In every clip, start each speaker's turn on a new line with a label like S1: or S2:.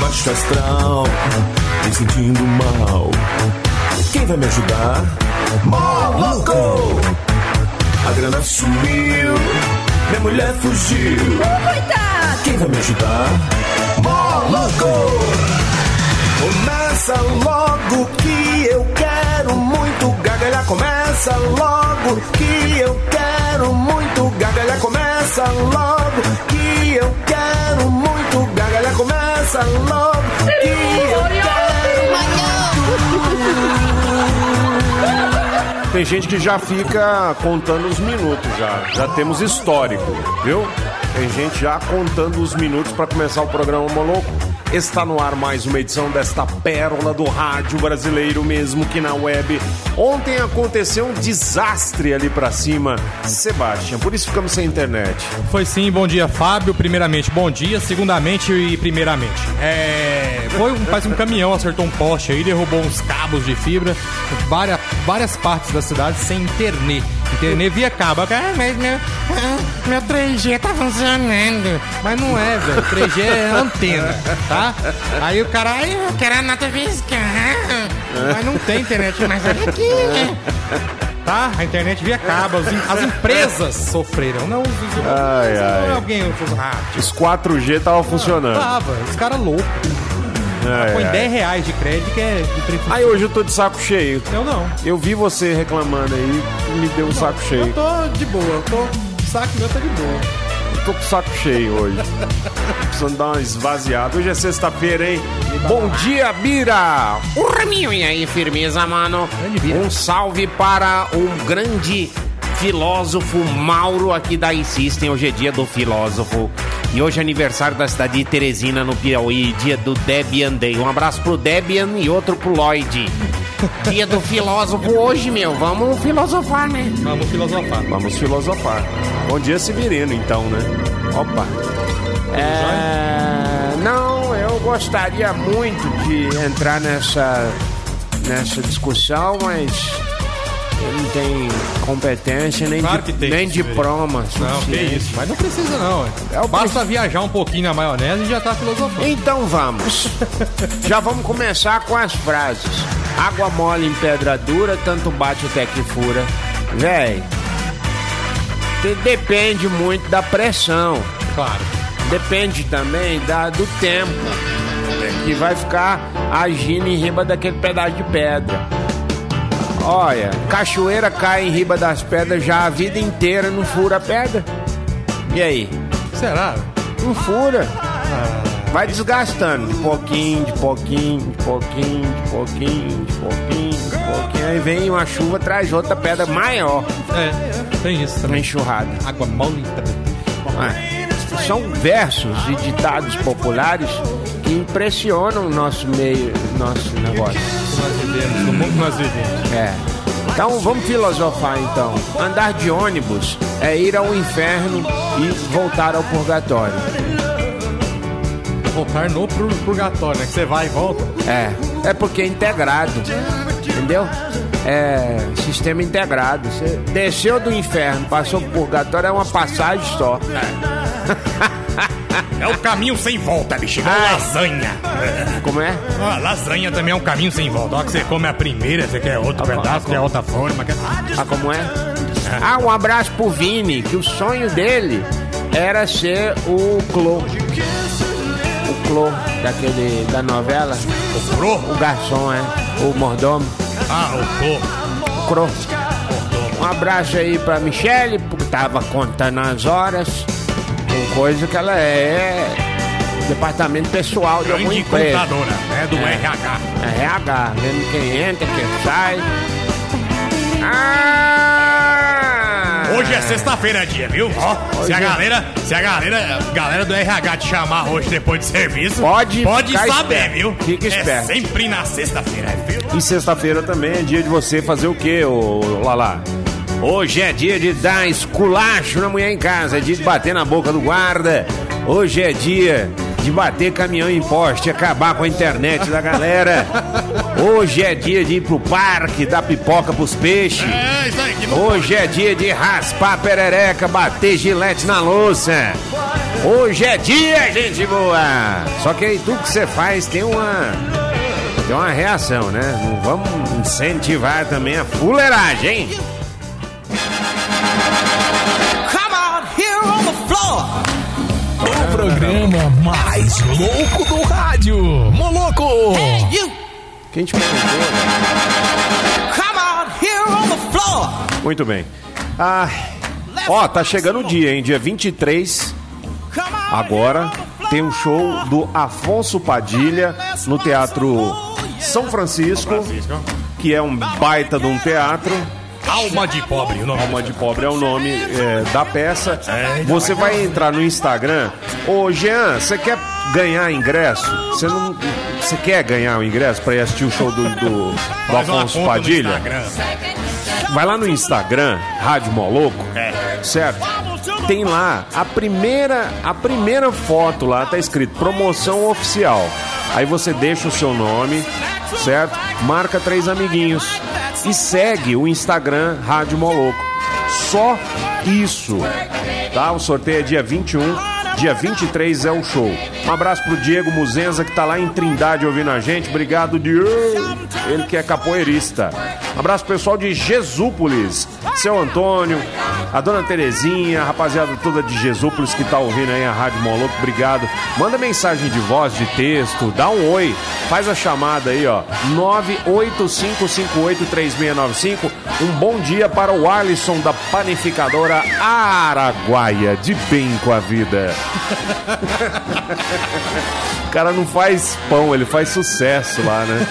S1: baixa um astral, me sentindo mal. Quem vai me ajudar? Moloco! A grana sumiu, minha mulher fugiu.
S2: Coitado!
S1: Quem vai me ajudar? Moloco! Começa logo que eu quero muito gargalhar. Começa logo que eu quero muito gargalhar. Começa logo que eu quero muito gargalhar. Começa logo que eu quero
S3: Tem gente que já fica contando os minutos já. Já temos histórico, viu? Tem gente já contando os minutos para começar o programa Moloco. Está no ar mais uma edição desta pérola do rádio brasileiro, mesmo que na web. Ontem aconteceu um desastre ali para cima, Sebastião. Por isso ficamos sem internet.
S4: Foi sim, bom dia, Fábio. Primeiramente, bom dia. Segundamente e primeiramente. É. Foi um, parece um caminhão, acertou um poste aí, derrubou uns cabos de fibra, várias, várias partes da cidade sem internet. Internet via cabo. Ah, mas meu, ah, meu 3G tá funcionando. Mas não é, velho. 3G é antena, tá? Aí o cara, "Ai, eu quero a nota fiscal. Mas não tem internet mais aqui, né? Tá? A internet via cabo. As, em- as empresas sofreram, não os usuários.
S3: Ai,
S4: Não é
S3: ai.
S4: alguém fez rádio.
S3: Os 4G tava funcionando.
S4: Tava, os caras loucos.
S3: Ai,
S4: Põe
S3: ai.
S4: 10 reais de crédito que é de preço.
S3: Aí hoje eu tô de saco cheio.
S4: Eu não.
S3: Eu vi você reclamando aí, me deu um saco cheio.
S4: Eu tô de boa, eu tô. O saco meu tá de boa.
S3: Tô com o saco cheio hoje. Precisando dar uma esvaziada. Hoje é sexta-feira, hein? Bom dia, Bira!
S5: Urminho, e aí, firmeza, mano?
S4: Grande Bira.
S5: Um salve para o grande filósofo Mauro aqui da Insistem. Hoje é dia do filósofo. E hoje é aniversário da cidade de Teresina, no Piauí, dia do Debian Day. Um abraço pro Debian e outro pro Lloyd. Dia do filósofo hoje, meu. Vamos filosofar, né?
S4: Vamos filosofar.
S3: Vamos filosofar. Bom dia, Severino, então, né? Opa! É... Não, eu gostaria muito de entrar nessa, nessa discussão, mas eu não tenho competência nem,
S4: Claro que tem,
S3: nem
S4: Severino.
S3: diploma.
S4: Não, que
S3: suficiente.
S4: isso. Mas não precisa, não. É
S3: É o
S4: Basta viajar um pouquinho na maionese e já tá filosofando.
S3: Então vamos. Já vamos começar com as frases.
S5: Água mole em pedra dura, tanto bate até que fura. Véi, te- depende muito da pressão.
S4: Claro.
S5: Depende também da, do tempo É que vai ficar agindo em riba daquele pedaço de pedra. Olha, cachoeira cai em riba das pedras já a vida inteira, não fura a pedra? E aí?
S4: Será?
S5: Não fura. Vai desgastando, de pouquinho, de pouquinho, de pouquinho, de pouquinho, de pouquinho, de pouquinho. Aí vem uma chuva, traz outra pedra maior,
S4: É, tem isso
S5: uma
S4: também.
S5: enxurrada.
S4: Água molita.
S5: É. São versos e ditados populares que impressionam o nosso meio, nosso negócio.
S4: Nós vivemos, no mundo que nós vivemos.
S5: É. Então vamos filosofar então. Andar de ônibus é ir ao inferno e voltar ao purgatório.
S4: Voltar no pur- purgatório, né? Que você vai e volta.
S5: É. É porque é integrado. Entendeu? É sistema integrado. Você desceu do inferno, passou pro purgatório, é uma passagem só.
S4: É o caminho sem volta, bicho. Igual
S5: Ai.
S4: lasanha.
S5: Como é?
S4: Ó, lasanha também é um caminho sem volta. Ó, que você come a primeira, você quer outro
S5: Tá
S4: pedaço, quer outra forma. Quer...
S5: Ah, como é? Ah, um abraço pro Vini, que o sonho dele era ser o Clô. O Clô daquele, da novela.
S4: O pro?
S5: O garçom, é. O mordomo.
S4: Ah, o pro.
S5: O Clô. Um abraço aí pra Michele, porque tava contando as horas. Com coisa que ela é departamento pessoal de alguma
S4: Grande
S5: empresa.
S4: contadora, né?
S5: É.
S4: Do RH.
S5: RH, vendo quem entra, quem sai. Ah!
S4: Hoje é sexta-feira, dia, viu? Ó, se a
S5: Hoje é-
S4: galera, se a galera, galera do RH te chamar hoje depois de serviço,
S5: Pode
S4: pode
S5: ficar
S4: saber,
S5: esperto.
S4: viu?
S5: Fica
S4: É
S5: esperto.
S4: sempre na sexta-feira, é, viu?
S3: E sexta-feira também é dia de você fazer o quê, ô Lala?
S5: Hoje é dia de dar esculacho na mulher em casa, é dia de bater na boca do guarda. Hoje é dia de bater caminhão em poste, acabar com a internet da galera. Hoje é dia de ir pro parque, dar pipoca pros peixes.
S4: É, isso aí, que
S5: Hoje é dia de raspar a perereca, bater gilete na louça.
S6: Hoje é dia, gente boa! Só que aí tudo que você faz tem uma. Tem uma reação, né? Não vamos incentivar também a fuleiragem, hein?
S7: Come out here on the floor.
S8: O programa mais louco do rádio. Moloco!
S7: Hey, you.
S5: Quem te perguntou? né?
S7: Come out here on the floor.
S5: Muito bem. Ah, ó, tá chegando o dia, hein? Dia 23,
S7: Come out
S5: agora,
S7: here on the floor.
S5: tem um show do Afonso Padilha no Teatro São Francisco, que é um baita de um teatro.
S4: Alma de pobre, o nome.
S5: Alma de Pobre é o nome é, da peça. Você vai entrar no Instagram. Ô, Jean, você quer ganhar ingresso? Você não. Você quer ganhar o ingresso pra ir assistir o show do, do, do
S4: Faz uma conta
S5: Afonso
S4: no
S5: Padilha?
S4: Instagram.
S5: Vai lá no Instagram, Rádio Moloco,
S4: É.
S5: certo? Tem lá a primeira, a primeira foto lá, tá escrito promoção oficial. Aí você deixa o seu nome, certo? Marca três amiguinhos e segue o Instagram Rádio Moloco. Só isso, tá? O sorteio é dia 21. Dia 23 é o show. Um abraço pro Diego Muzenza, que tá lá em Trindade ouvindo a gente. Obrigado, Diego. Ele que é capoeirista. Um abraço pro pessoal de Jesúpolis. Seu Antônio, a dona Terezinha, a rapaziada toda de Jesúpolis que tá ouvindo aí a Rádio Moloco. Obrigado. Manda mensagem de voz, de texto, dá um oi. Faz a chamada aí, ó. 985583695. Um bom dia para o Alisson da panificadora Araguaia. De bem com a vida. O cara não faz pão, ele faz sucesso lá, né?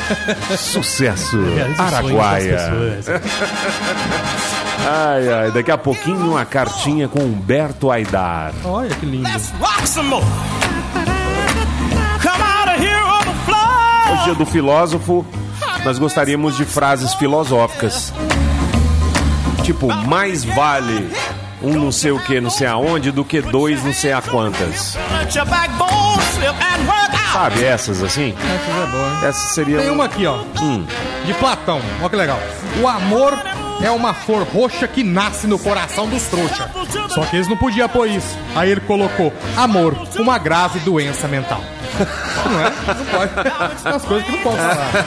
S5: Sucesso. Araguaia. Ai, ai. Daqui a pouquinho uma cartinha com Humberto Aidar.
S4: Olha que lindo.
S7: Let's rock some more. Come out of here on the floor.
S5: Hoje é do filósofo, nós gostaríamos de frases filosóficas. Tipo, mais vale um não sei o que, não sei aonde, do que dois não sei a quantas.
S7: Let your backbone slip and work out.
S5: Sabe essas assim?
S4: Essa é boa, hein?
S5: Essa seria
S4: Tem um uma aqui, ó.
S8: Hum.
S4: De Platão. Olha que legal. O amor é uma flor roxa que nasce no coração dos trouxas. Só que eles não podiam pôr isso. Aí ele colocou amor, uma grave doença mental. Não é? Não pode. São as coisas que não pode falar.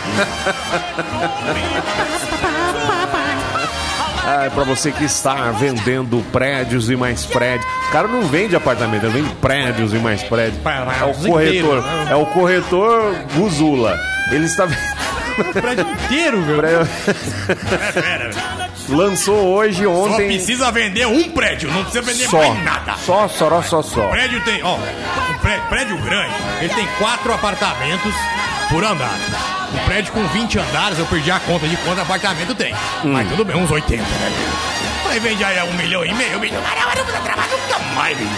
S5: ah, pra você que está vendendo prédios e mais prédios. O cara não vende apartamento, ele vende prédios e mais prédios. É
S4: um
S5: o corretor, é o corretor Guzula. Ele está
S4: O prédio inteiro, meu. É
S5: lançou hoje,
S8: Só
S5: ontem.
S8: precisa vender um prédio, não precisa vender
S5: Só,
S8: mais nada.
S5: só, só, só, só.
S8: Prédio tem, ó, um pré- prédio grande, ele tem quatro apartamentos por andar. Um prédio com 20 andares, eu perdi a conta de quanto apartamento tem. Mas tudo bem, uns 80, né? Aí vende aí um milhão e meio, um milhão. Caralho, eu não vou trabalhar nunca mais, menino.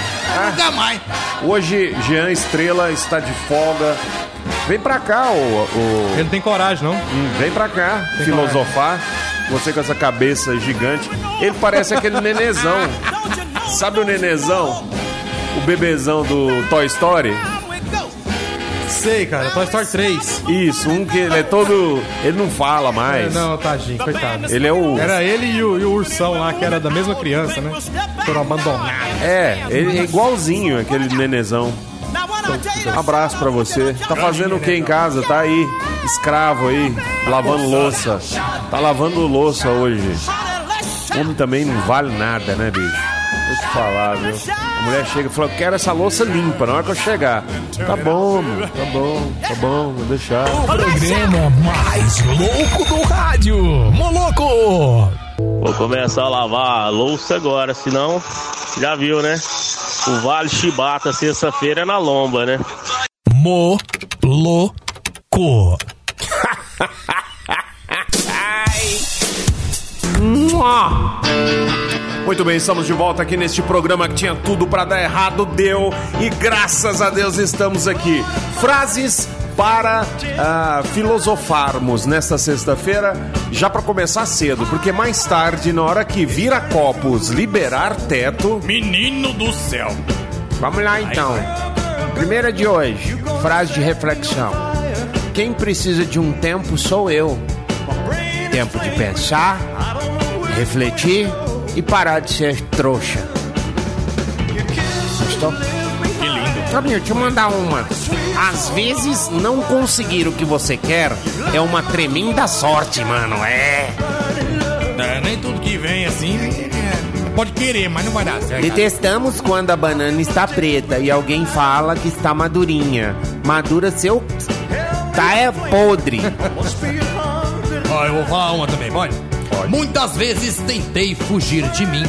S8: Nunca mais.
S5: Hoje, Jean Estrela está de folga. Vem pra cá, ô.
S4: Ele não tem coragem, não.
S5: ô- Vem pra cá filosofar. Você com essa cabeça gigante. Ele parece aquele nenezão. Sabe o nenezão? O bebezão do Toy Story?
S4: Sei, cara. Toy Story 3.
S5: Isso, um que ele é todo. Ele não fala mais.
S4: Não, tadinho, coitado.
S5: Ele é o.
S4: Era ele e o, e o ursão lá, que era da mesma criança, né? Foram abandonados.
S5: É, ele é igualzinho aquele nenezão. Um abraço pra você. Tá fazendo o que em casa? Tá aí, escravo aí, lavando louça. Tá lavando louça hoje. Homem também não vale nada, né, bicho? Deixa eu te falar, viu? A mulher chega e fala, eu quero essa louça limpa na hora que eu chegar. Tá bom, meu, tá bom, tá bom, vou deixar.
S8: Programa mais louco do rádio. Moloco!
S9: Vou começar a lavar a louça agora, senão já viu, né? O Vale Chibata sexta-feira é na lomba, né?
S8: Moloco.
S5: Muito bem, estamos de volta aqui neste programa que tinha tudo pra dar errado, deu. E graças a Deus estamos aqui. Frases para ah, filosofarmos nesta sexta-feira, já pra começar cedo, porque mais tarde, na hora que vira copos liberar teto.
S8: Menino do céu.
S5: Vamos lá então. Primeira de hoje, frase de reflexão. Quem precisa de um tempo sou eu. Tempo de pensar, refletir e parar de ser trouxa. Gostou?
S8: Que
S10: Camilo, deixa eu mandar uma. Às vezes, não conseguir o que você quer é uma tremenda sorte, mano. É.
S8: É, nem tudo que vem assim. é, Pode querer, mas não vai dar certo.
S10: Detestamos quando a banana está preta e alguém fala que está madurinha. Madura seu. Tá é podre.
S8: Ó, eu vou falar uma também, pode? Muitas vezes tentei fugir de mim,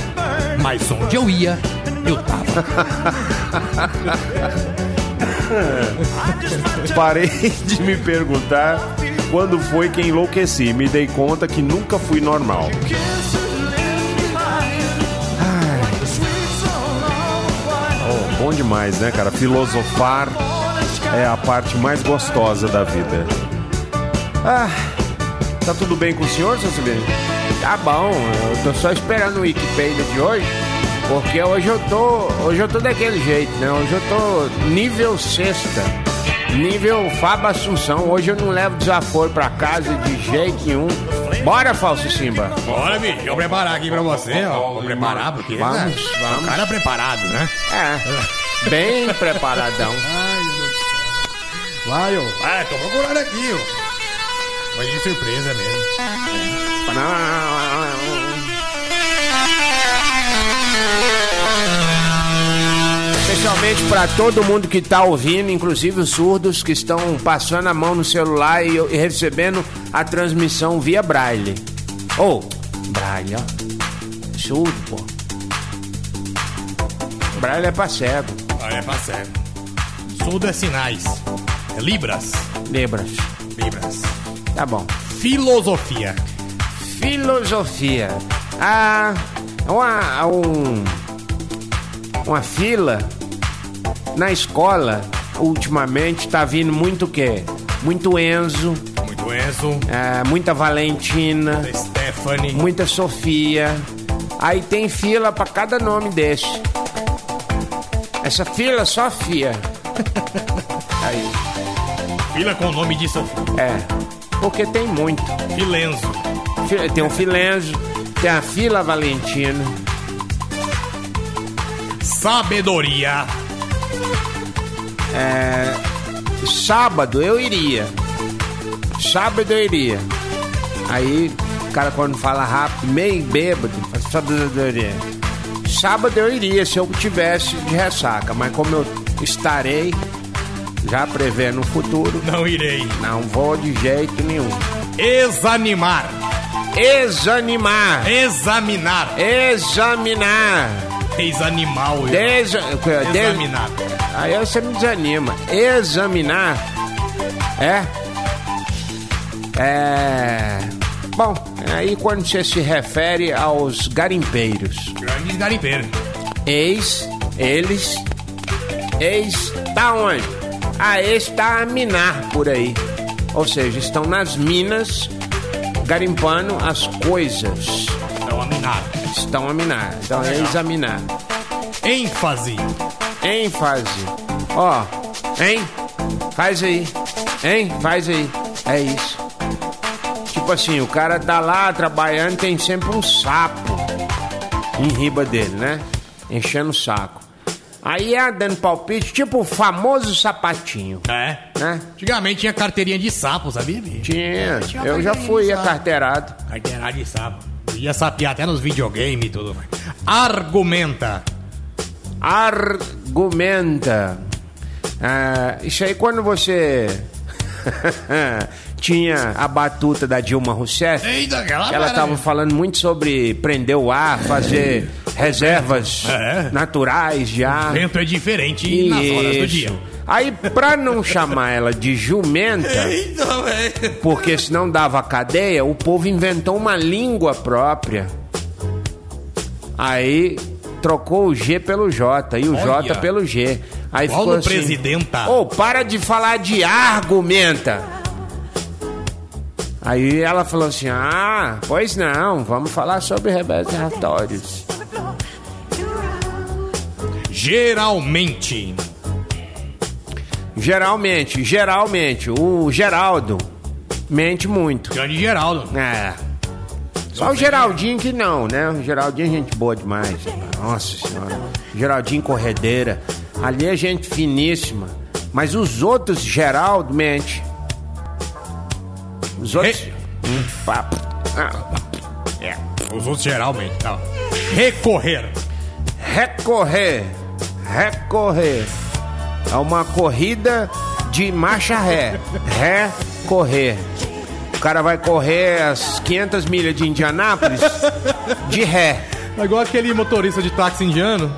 S8: mas onde eu ia, eu tava.
S3: Parei de me perguntar quando foi que enlouqueci. Me dei conta que nunca fui normal.
S5: um
S3: Ai. Oh, bom demais, né, cara? Filosofar é a parte mais gostosa da vida. Ah, tá tudo bem com o senhor, seu Silvio?
S5: Tá bom, eu tô só esperando o Wikipedia de hoje, porque hoje eu tô. Hoje eu tô daquele jeito, né? Hoje eu tô nível sexta. Nível Fábio Assunção. Hoje eu não levo desaforo pra casa de jeito nenhum. Bora, falso Simba!
S8: Bora, bicho, eu vou preparar aqui pra você, ó. Vou preparar, porque. né?
S5: Vamos,
S8: O
S5: vamos.
S8: cara é preparado, né?
S5: É. Bem preparadão.
S4: Vai, ô.
S8: Ah, tô procurando aqui, ó. Foi de surpresa mesmo.
S5: Especialmente para todo mundo que tá ouvindo, inclusive os surdos que estão passando a mão no celular e, e recebendo a transmissão via braille. Ou, braille, ó. Surdo, pô. Braille é pra cego.
S8: Olha, é pra sério. Surdo é sinais. É Libras.
S5: Libras.
S8: Libras.
S5: Tá bom.
S8: Filosofia.
S5: Filosofia. Ah, uma, um, uma fila na escola ultimamente tá vindo muito o quê? Muito Enzo,
S8: Muito Enzo.
S5: ah, muita Valentina,
S8: Stephanie.
S5: muita Sofia. Aí tem fila pra cada nome desse. Essa fila só fia. Aí,
S8: Fila com o nome de Sofia.
S5: é. Porque tem muito.
S8: Filenzo.
S5: Fi- Tem o Filenzo, tem a fila Valentina.
S8: Sabedoria.
S5: Sábado eu iria. Sábado eu iria. Aí o cara quando fala rápido, meio bêbado, fala, sábado eu iria. Sábado eu iria se eu tivesse de ressaca, mas como eu estarei já prevendo o futuro,
S8: Não irei.
S5: não vou de jeito nenhum.
S8: Exanimar.
S5: Exanimar,
S8: Examinar.
S5: examinar,
S8: Ex-animal. eu-
S5: desa, des,
S8: Examinar.
S5: aí você me desanima. Examinar é. É. Bom, aí quando você se refere aos garimpeiros,
S8: Grandes garimpeiros.
S5: ex, eles, ex, tá onde? Ah, ex tá a minar por aí. Ou seja, estão nas minas garimpando as coisas.
S8: Então, a minar.
S5: Estão a minar, estão a examinar.
S8: ênfase,
S5: ênfase. Ó, hein? Faz aí. Hein? Faz aí. É isso. Tipo assim, o cara tá lá trabalhando, tem sempre um sapo em riba dele, né? Enchendo o saco. Aí é dando palpite, tipo o famoso sapatinho,
S8: É.
S5: né?
S8: Antigamente tinha carteirinha de sapo, sabia? bicho?
S5: Tinha, eu já fui acarteirado.
S8: Carteirada de sapo. Ia sapiar até nos videogames e tudo mais. Argumenta.
S5: argumenta. Ah, isso aí quando você tinha a batuta da Dilma Rousseff,
S8: Eita, aquela
S5: ela
S8: merda,
S5: estava falando muito sobre prender o ar, fazer reservas
S8: É.
S5: naturais de
S8: O
S5: ar.
S8: vento é diferente nas horas do
S5: Isso.
S8: dia.
S5: Aí, pra não chamar ela de jumenta,
S8: Eita, velho.
S5: porque senão dava cadeia, o povo inventou uma língua própria. Aí trocou o G pelo J e o
S8: Olha.
S5: J pelo G. Aí
S8: Paulo
S5: ficou assim,
S8: Presidenta.
S5: Ô, para de falar de argumenta. Aí ela falou assim: Ah, pois não, vamos falar sobre rebeldes relatórios.
S8: Geralmente.
S5: Geralmente, geralmente, o Geraldo mente muito.
S8: Grande Geraldo.
S5: É. Só o Geraldinho que não, né? O Geraldinho é gente boa demais. Nossa senhora. Geraldinho Corredeira. Ali é gente finíssima. Mas os outros, Geraldo, mente. Os outros. Hum, papo. Ah,
S8: É, Os outros geralmente. Tá. Recorrer.
S5: Recorrer. Recorrer. É uma corrida de marcha ré. Recorrer. O cara vai correr as 500 milhas de Indianápolis de ré.
S4: É igual aquele motorista de táxi indiano.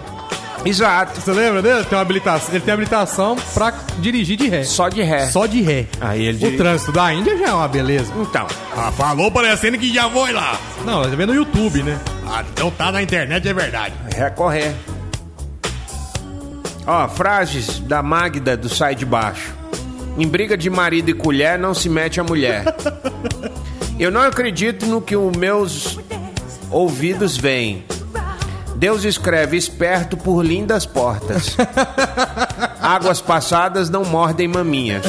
S5: Exato.
S4: Você lembra dele? Tem uma habilitação, ele tem habilitação pra dirigir de ré.
S5: Só de ré.
S4: Só de ré.
S5: Aí ele
S4: o
S5: dirige.
S4: trânsito da Índia já é uma beleza.
S5: Então,
S8: Ah, falou parecendo que já foi lá.
S4: Não, já vê no YouTube, né?
S8: Ah, então tá na internet, é verdade.
S5: recorrer. Ó, frases da Magda do Sai de Baixo. Em briga de marido e colher, não se mete a mulher. Eu não acredito no que os meus ouvidos veem. Deus escreve esperto por lindas portas. Águas passadas não mordem maminhas.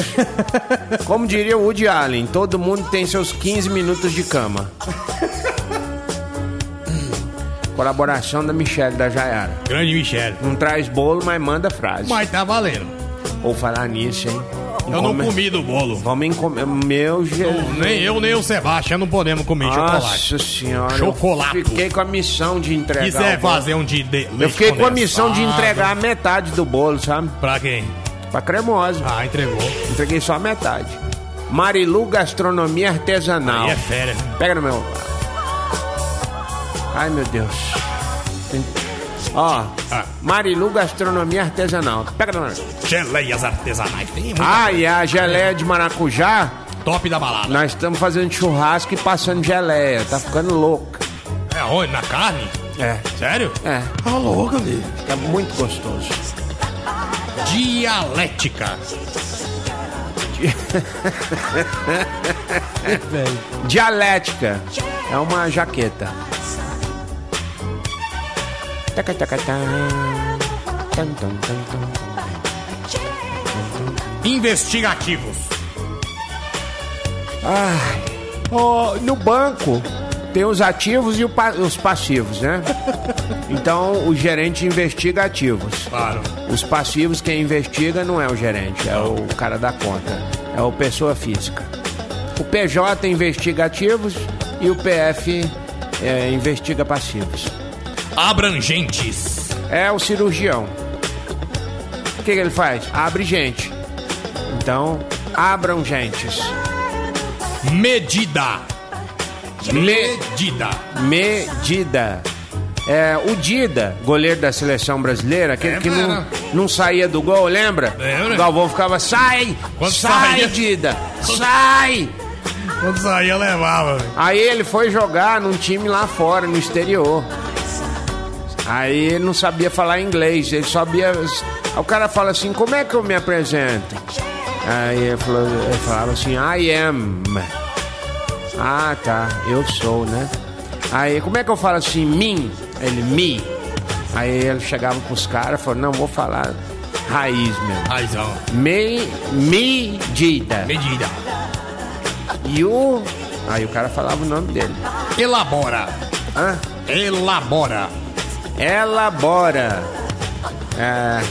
S5: Como diria o Woody Allen, todo mundo tem seus 15 minutos de cama. Colaboração da Michelle da Jaiara.
S8: Grande Michel.
S5: Não traz bolo, mas manda frase.
S8: Mas tá valendo.
S5: Ou falar nisso, hein?
S8: Eu não
S5: Encome-
S8: comi do bolo.
S5: Vamos encomendar. Meu Jesus.
S8: Nem eu, nem o Sebastião não podemos comer
S5: Ah,
S8: chocolate.
S5: Nossa senhora.
S8: Chocolate.
S5: Eu fiquei com a missão de entregar.
S8: Quiser
S5: o bolo.
S8: fazer um de, de
S5: Eu fiquei com a missão de entregar a metade do bolo, sabe?
S8: Ah, Pra quem?
S5: Pra cremosa.
S8: Ah, entregou.
S5: Entreguei só a metade. Marilu Gastronomia Artesanal.
S8: Aí é férias.
S5: Pega no meu. Ai, meu Deus. Tem- Ó,
S8: Ah.
S5: Marilu Gastronomia Artesanal. Pega no meu.
S8: Geleias artesanais. Tem muita
S5: Ah, e a geleia de maracujá,
S8: top da balada.
S5: nós estamos fazendo churrasco e passando geleia. Tá ficando louca.
S8: É onde? Na carne?
S5: É.
S8: Sério?
S5: É,
S8: Tá louca, velho.
S5: tá muito gostoso.
S8: Dialética.
S5: Dialética. É uma jaqueta. Taca, taca, tá. Tum, tum, tum, tum.
S8: Investigativos.
S5: Ô, no banco tem os ativos e o pa- os passivos, né? Então o gerente investiga ativos.
S8: Claro.
S5: Os passivos quem investiga não é o gerente, é o cara da conta, é o pessoa física. O PJ investiga ativos e o PF é, investiga passivos.
S8: Abrangentes.
S5: É o cirurgião. O que, que ele faz? Abre gente. Então, abram gentes.
S8: Medida.
S5: Me-
S8: Medida.
S5: medida. É, o Dida, goleiro da seleção brasileira, aquele que não,
S8: Lembra?
S5: não saía do gol, lembra?
S8: Lembra?
S5: O Galvão ficava, sai!
S8: Quando
S5: sai,
S8: saía-
S5: Dida! Sai!
S8: Quando saía, levava. velho.
S5: Aí ele foi jogar num time lá fora, no exterior. Aí ele não sabia falar inglês, ele sabia. Aí o cara fala assim: como é que eu me apresento? Aí ele, falou, ele falava assim: I am. Ah tá, eu sou, né? Aí como é que eu falo assim, mim? Ele, me. Aí ele chegava pros caras e falou: não, vou falar raiz mesmo.
S8: Raizão.
S5: Me, medida.
S8: Medida.
S5: E o. Aí o cara falava o nome dele.
S8: Elabora.
S5: Hã?
S8: Elabora.
S5: Elabora. É.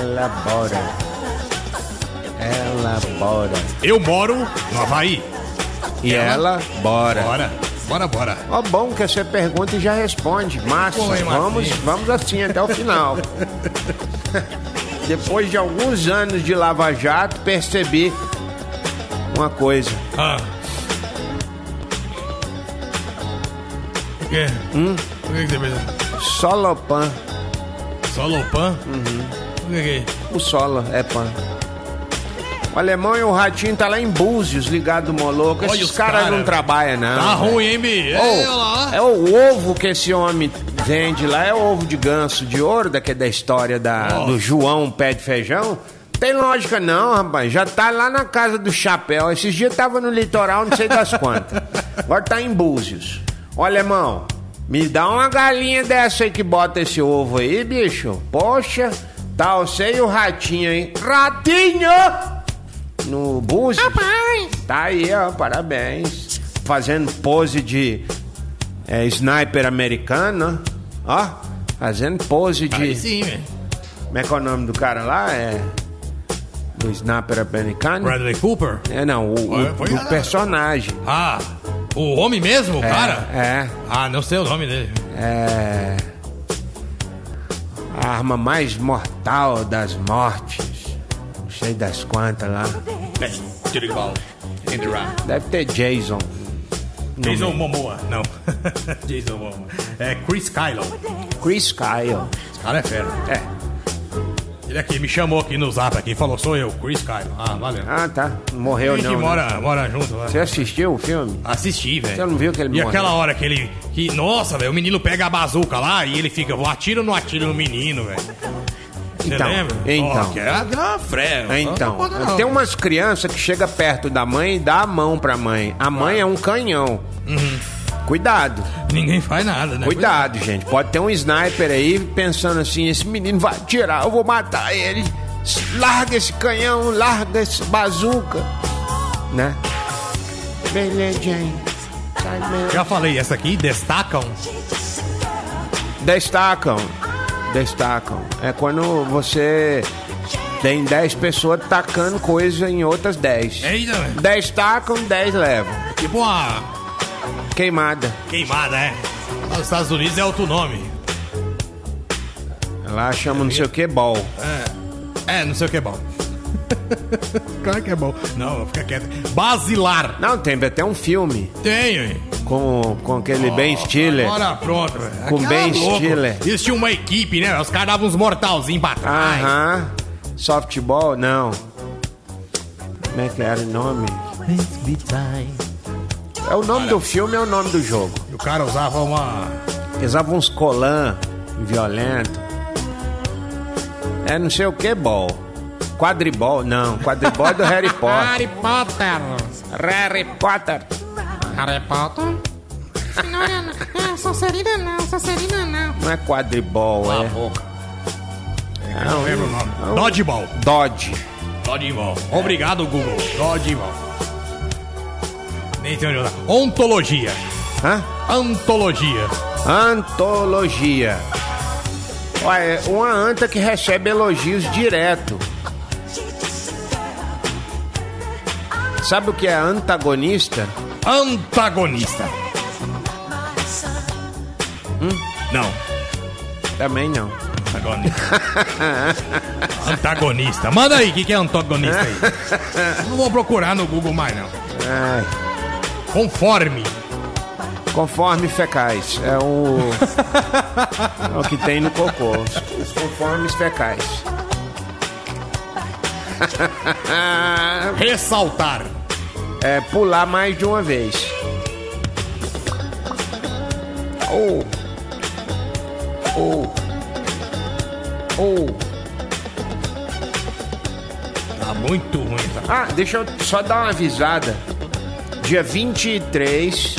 S5: Elabora. Elabora.
S8: Eu moro no Havaí.
S5: E ela, bora.
S8: Bora. Bora, bora.
S5: Ó, bom que você pergunta e já responde. Márcio,
S8: Oi, Marcinho.
S5: vamos, vamos assim até o final. Depois de alguns anos de Lava Jato, percebi uma coisa.
S8: Ah. O quê? Hum? O que, que você pensa?
S5: Solopan.
S8: Solopan? Uhum. O que que é?
S5: O solo é pan. O alemão e o ratinho tá lá em Búzios, ligado do Moloco.
S8: Olha
S5: Esses
S8: os
S5: caras
S8: cara,
S5: não trabalham, não.
S8: Tá
S5: velho.
S8: ruim, hein, Bi?
S5: Ou,
S8: Ei, olha lá.
S5: é o ovo que esse homem vende lá, é o ovo de ganso de ouro, daqui da história da, do João Pé de Feijão. Tem lógica não, rapaz. Já tá lá na casa do chapéu. Esses dias tava no litoral, não sei das quantas. Agora tá em Búzios. Olha, irmão, me dá uma galinha dessa aí que bota esse ovo aí, bicho. Poxa, tá você e o ratinho, hein? Ratinho! no Búzios. Tá aí, ó, parabéns. Fazendo pose de é, sniper americano, ó. Fazendo pose de.
S8: Aí sim, velho.
S5: Como é que é o nome do cara lá? É. Do Sniper americano?
S8: Bradley Cooper?
S5: É, não, o, o-
S8: Foi- foi-
S5: do personagem.
S8: Ah, o homem mesmo, o
S5: É,
S8: cara?
S5: É.
S8: Ah, não sei o nome dele.
S5: É. A arma mais mortal das mortes. Não sei das quantas lá.
S8: É,
S5: Deve ter Jason.
S8: Jason Momoa. Não. Jason Momoa. É Chris Kylo.
S5: Chris Kyle.
S8: Esse cara é fera.
S5: É.
S8: Ele aqui me chamou aqui no zap aqui, falou, sou eu, Chris Kylo. Ah, valeu.
S5: Ah, tá. Não morreu
S8: a gente
S5: não. né?
S8: é mora, mora junto lá.
S5: Você assistiu o filme?
S8: Assisti, velho.
S5: Você não viu que ele
S8: E
S5: morreu?
S8: aquela hora que ele. Que, nossa, velho, o menino pega a bazuca lá e ele fica, vou atira ou não atira no menino, velho. Você
S5: Então,
S8: lembra?
S5: então.
S8: Ó, que era uma freia.
S5: É,
S8: Não conta não.
S5: Então, tem umas crianças que chega perto da mãe e dá a mão pra mãe. A mãe é um canhão.
S8: Uhum.
S5: Cuidado,
S8: Ninguém faz nada, né?
S5: cuidado, gente. Pode ter um sniper aí pensando assim: esse menino vai tirar, eu vou matar ele. Larga esse canhão, larga esse bazuca. Né? Belezinha. Sai mesmo.
S8: Já falei, essa aqui destacam.
S5: Destacam, destacam. É quando você tem 10 pessoas tacando coisa em outras 10.
S8: Eita, velho.
S5: 10 tacam, 10 levam.
S8: Tipo uma
S5: Queimada.
S8: queimada, é. Nos Estados Unidos é outro nome.
S5: Lá chama não sei o que bol.
S8: É, não sei o que é bom. claro que é bom. Não, fica quieto. Basilar.
S5: Não, tem até um filme
S8: Tenho, hein?
S5: com, com aquele Ben Stiller.
S8: Agora pronto, velho.
S5: Com
S8: Aquela
S5: Ben
S8: louco.
S5: Stiller.
S8: Eles tinham uma equipe, né? Os caras davam uns mortalzinhos pra trás.
S5: Aham. Softball? Não. Como é que era o nome? É o nome do filme, é o nome do jogo.
S8: E o cara usava uma.
S5: Eles usavam uns colã violento. É não sei o que bol. Quadribol? Não, quadribol é do Harry Potter.
S11: Harry Potter.
S5: Harry Potter.
S11: Harry Potter? Senhora, não. É, Sonserina não, Sonserina não.
S5: Não é quadribol, é.
S8: Não lembro o nome. Dodgeball.
S5: Dodge.
S8: Dodgeball. Obrigado, Google. Dodgeball. Nem sei onde eu tava. Ontologia.
S5: Hã?
S8: Antologia.
S5: Antologia. Olha, é uma anta que recebe elogios direto. Sabe o que é antagonista?
S8: Antagonista. Hum? Não.
S5: Também não.
S8: Antagonista. antagonista. Manda aí, o que, que é antagonista aí? não vou procurar no Google mais, não.
S5: Ai,
S8: Conforme.
S5: conforme fecais. É o. é o que tem no cocô. os- Os conformes fecais.
S8: Ressaltar.
S5: É pular mais de uma vez. Ou. Ou. Ou.
S8: Tá muito ruim, tá?
S5: Ah, deixa eu só dar uma avisada. Dia 23,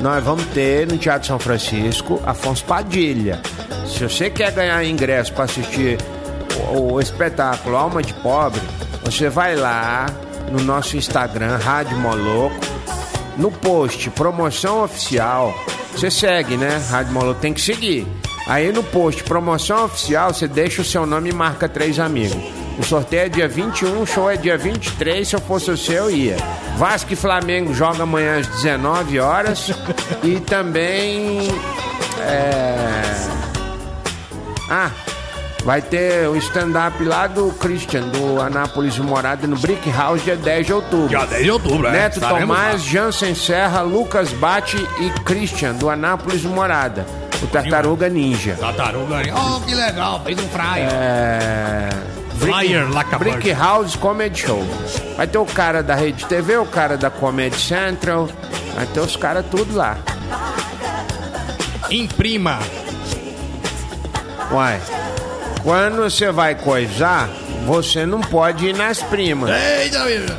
S5: nós vamos ter no Teatro São Francisco Afonso Padilha. Se você quer ganhar ingresso para assistir o, o espetáculo Alma de Pobre, você vai lá no nosso Instagram, Rádio Moloco, no post promoção oficial. Você segue, né? Rádio Moloco tem que seguir. Aí no post promoção oficial, você deixa o seu nome e marca três amigos. O sorteio é dia 21, o show é dia 23. Se eu fosse o seu, eu ia. Vasco e Flamengo joga amanhã às 19 horas. e também. É... Ah, vai ter o stand-up lá do Christian, do Anápolis Morada, no Brick House, dia 10 de outubro.
S8: Dia 10 de outubro, é.
S5: Neto
S8: Estaremos
S5: Tomás,
S8: lá.
S5: Jansen Serra, Lucas Bate e Christian, do Anápolis Morada, o Tartaruga
S8: né?
S5: Ninja.
S8: Tartaruga. Oh, que legal, fez um fraio.
S5: É...
S8: Flyer Lacabarca.
S5: Brick House Comedy Show. Vai ter o cara da Rede TV, o cara da Comedy Central, vai ter os caras tudo lá.
S8: Imprima.
S5: Uai, quando você vai coisar, você não pode ir nas primas.
S8: Eita, menina.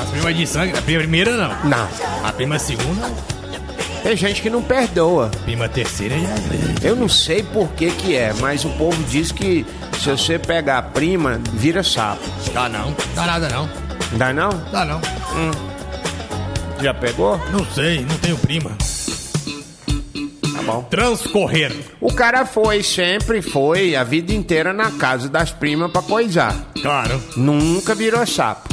S8: As primas de sangue. A primeira não.
S5: Não,
S8: A prima segunda,
S5: tem gente que não perdoa.
S8: a prima terceira já.
S5: Eu não sei por que que é, mas o povo diz que se você pegar a prima, vira sapo.
S8: Tá não. Tá nada não.
S5: Não Dá não?
S8: Tá não.
S5: Já pegou?
S8: Não sei, não tenho prima.
S5: Mas Tá bom.
S8: Transcorrer.
S5: O cara foi, sempre foi, a vida inteira na casa das primas pra coisar.
S8: Claro.
S5: Nunca virou sapo.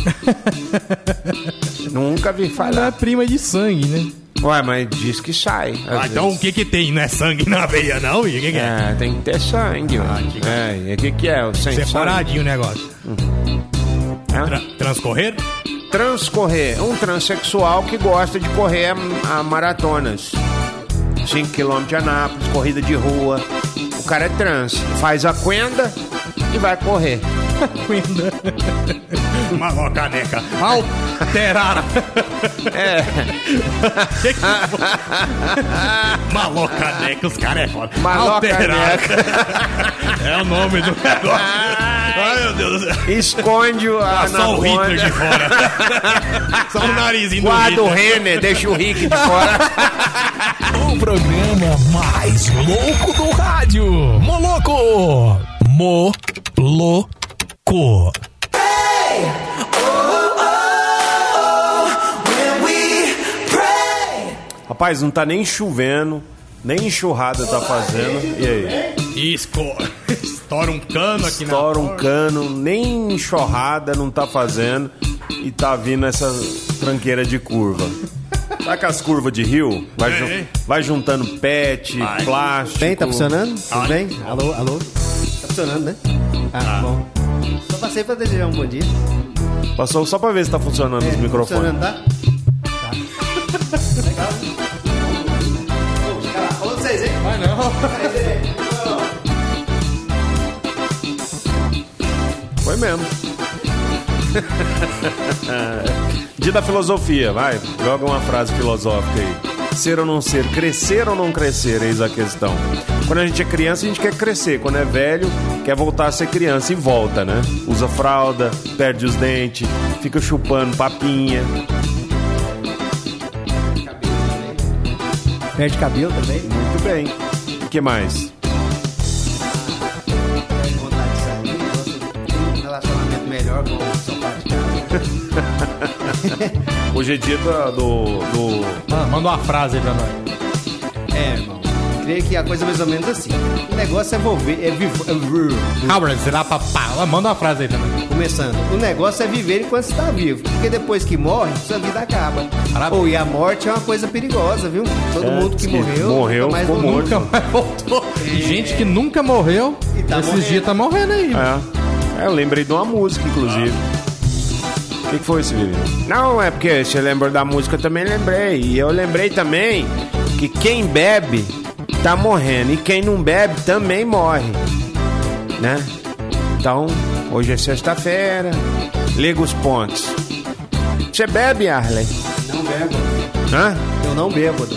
S5: Nunca vi
S4: Ela é
S5: falar.
S4: prima de sangue, né?
S5: Ué, mas diz que sai. às
S8: Ah, então o
S5: vezes.
S8: que que tem? Não é sangue na veia, não? E o que que é? Ah,
S5: É, tem que ter sangue. ué. é, e o que, que é? O sem sangue?
S8: Separadinho o negócio.
S5: Hã?
S8: Tra- transcorrer?
S5: Transcorrer. Um transexual que gosta de correr a, a maratonas. 5 km de Anápolis, corrida de rua. O cara é trans. Faz a quenda e vai correr.
S8: Uma uma caneca. Alterar.
S5: É,
S8: Que que foi? Malocaneca, os caras é foda.
S5: Malocaneca.
S8: Alterar. É o nome do negócio. Ai, meu Deus do céu.
S5: Esconde o a
S8: Só o Hitler de
S5: anaconda.
S8: fora. Só o narizinho do
S5: Guarda o
S8: Hitler.
S5: Renner, deixa o Rick de fora.
S1: O programa mais louco do rádio. Moloco. Moloco.
S3: Rapaz, não tá nem chovendo, nem enxurrada tá fazendo. E aí?
S8: Isco. Estoura um cano aqui na
S3: Estoura um cano, nem enxurrada não tá fazendo. E tá vindo essa tranqueira de curva. Sabe com as curvas de rio? Vai, ju-
S8: É.
S3: vai juntando pet,
S8: Vai.
S3: plástico.
S12: Bem, tá funcionando? Tudo bem? Alô, alô? Tá funcionando, né? Ah, bom. Só passei pra desejar um bom dia.
S3: Passou só pra ver se tá funcionando os
S12: tá
S3: microfones.
S12: funcionando, tá? Tá. Legal. Bom, chega lá. Falou pra vocês, hein? Vai
S3: Foi mesmo. Dia da filosofia, vai. Joga uma frase filosófica aí. Ser ou não ser, crescer ou não crescer, eis a questão. Quando a gente é criança, a gente quer crescer. Quando é velho, quer voltar a ser criança e volta, né? Usa fralda, perde os dentes, fica chupando papinha.
S12: não. Perde cabelo também?
S3: Muito bem. O que mais?
S12: Perde vontade de sair. Gosta de um relacionamento melhor com o seu pai de casa.
S3: Hoje é dia da- do. do...
S4: Ah, manda uma frase aí pra nós.
S12: É, irmão. Creio que a coisa é mais ou menos assim. O negócio é envolver. É vivo, é vir-
S4: Howard, será pra pá? Ah, Manda uma frase aí pra nós.
S12: Começando. O negócio é viver enquanto está vivo. Porque depois que morre, sua vida acaba.
S4: Parabéns.
S12: Pô, e a morte é uma coisa perigosa, viu? Todo
S3: É,
S12: mundo que
S3: que
S12: morreu.
S3: morreu,
S12: nunca mais
S3: ficou
S12: voltou.
S4: Nunca mais voltou. E Gente que nunca morreu,
S12: E tá
S4: esses
S12: morrendo.
S4: dias tá morrendo aí. mano.
S3: É. É, eu lembrei de uma música, inclusive. O que, que foi esse vídeo?
S5: Não, é porque você lembrou da música, eu também lembrei. E eu lembrei também que quem bebe tá morrendo. E quem não bebe também morre. Né? Então, hoje é sexta-feira. Liga os pontos. Você bebe, Arley?
S12: Não bebo.
S5: Hã?
S12: Eu não bêbado.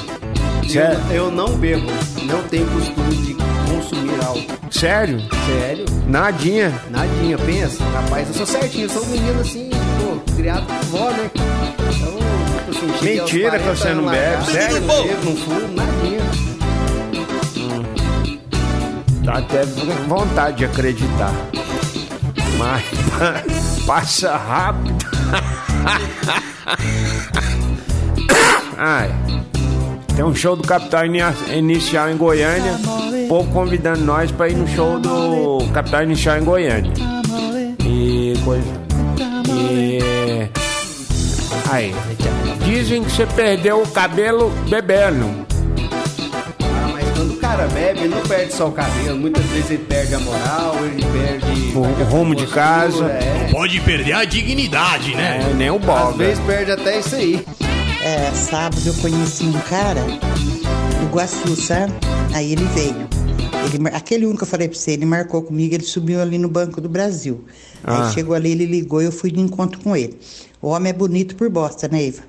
S5: Sério?
S12: Eu, eu não bebo. Não tenho costume de consumir álcool.
S5: Sério?
S12: Sério?
S5: Nadinha.
S12: Nadinha, pensa. Rapaz, eu sou certinho. Eu sou um menino assim, pô, criado por vó, né? Então, tipo assim, cheguei aos
S5: Mentira que
S12: 40
S5: você não
S12: anos lá,
S5: bebe,
S12: cara,
S5: sério?
S12: Não bebo, não fumo, nadinha.
S5: Dá até é vontade de acreditar. Mas passa rápido. Ai. Tem um show do Capital Ini- Inicial em Goiânia. O povo convidando nós pra ir no show do Capital Inicial em Goiânia. E coisa. E. Aí. Dizem que você perdeu o cabelo bebendo.
S12: Ah, mas quando o cara bebe, ele não perde só o cabelo. Muitas vezes ele perde a moral, ele perde...
S5: O- o rumo de
S12: postura,
S5: casa.
S12: É.
S8: Pode perder a dignidade, né?
S5: É, nem o
S12: Às
S5: Bob.
S12: vezes perde até isso aí.
S13: É, sábado eu conheci um cara do Guaçu, sabe? Aí ele veio. Ele, mar- aquele um que eu falei pra você, ele marcou comigo, ele subiu ali no Banco do Brasil. Aí chegou ali, ele ligou e eu fui de encontro com ele. O homem é bonito por bosta, Neiva.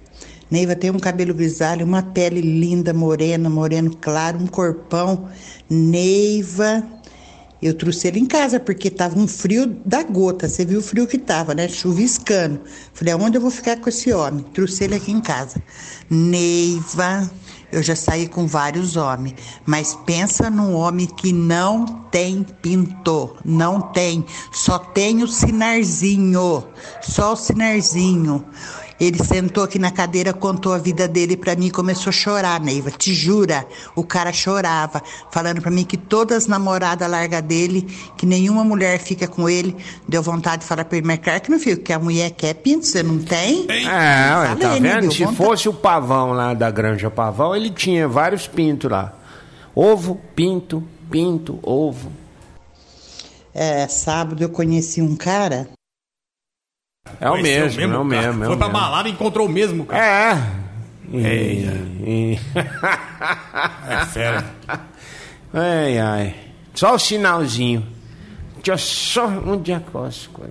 S13: Neiva tem um cabelo grisalho, uma pele linda, morena, moreno claro, um corpão. Neiva. Eu trouxe ele em casa porque tava um frio da gota. Você viu o frio que tava, né? Chuviscando. Falei, aonde eu vou ficar com esse homem? Trouxe ele aqui em casa. Neiva, Eu já saí com vários homens, mas pensa num homem que não tem pinto, não tem, só tem o sinarzinho, só o sinarzinho. Ele sentou aqui na cadeira, contou a vida dele pra mim, e começou a chorar, Neiva, te jura? O cara chorava, falando pra mim que todas as namoradas larga dele, que nenhuma mulher fica com ele. Deu vontade de falar pra ele, mas claro que não fica, que a mulher quer pinto, você não tem?
S8: É, ué, tá
S13: Falei, né,
S8: vendo?
S13: meu?
S8: Se
S13: Vontade.
S8: fosse o pavão lá da Granja Pavão, ele tinha vários pintos lá. Ovo, pinto, pinto, ovo.
S13: É, sábado eu conheci um cara
S8: É o
S4: Conheceu
S8: mesmo, é o
S4: cara.
S8: mesmo. é o
S4: Foi pra
S8: mesmo.
S4: balada e encontrou o mesmo, cara.
S8: É.
S4: Eita.
S8: E-
S4: É fera.
S8: Ai, ai. Só o sinalzinho. Deixa eu só um diagnóstico.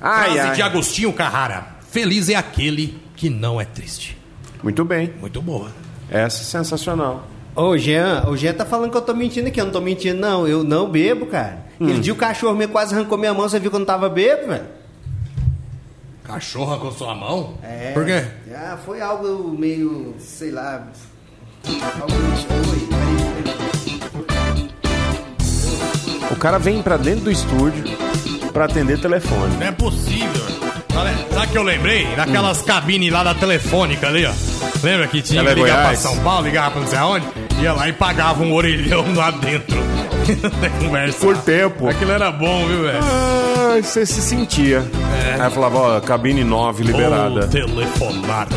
S8: Ai,
S4: Frase
S8: ai.
S4: de Agostinho Carrara. Feliz é aquele que não é triste.
S3: Muito bem.
S4: Muito boa.
S3: Essa é sensacional.
S12: Ô, Jean, o Jean tá falando que eu tô mentindo aqui. Eu não tô mentindo, não. Eu não bebo, cara.
S5: Hum.
S12: Aquele dia o cachorro meu quase arrancou minha mão. Você viu que eu não tava bebo, velho?
S4: Cachorra com sua mão?
S12: É.
S4: Por quê?
S12: Ah, foi algo meio, sei lá. Algo foi. peraí, peraí.
S3: O cara vem pra dentro do estúdio pra atender telefone.
S4: Não é possível. Sabe- Sabe o que eu lembrei? Daquelas
S3: Hum.
S4: cabines lá da telefônica ali, ó. Lembra que tinha
S3: Tele
S4: que ligar pra
S3: Goiás.
S4: São Paulo, ligava pra não sei aonde? Ia lá e pagava um orelhão lá dentro. Conversa.
S3: Por tempo.
S4: Aquilo era bom, viu, velho?
S3: Ah, você se sentia.
S5: É.
S3: Aí falava, ó, cabine 9 liberada.
S4: Ou telefonar.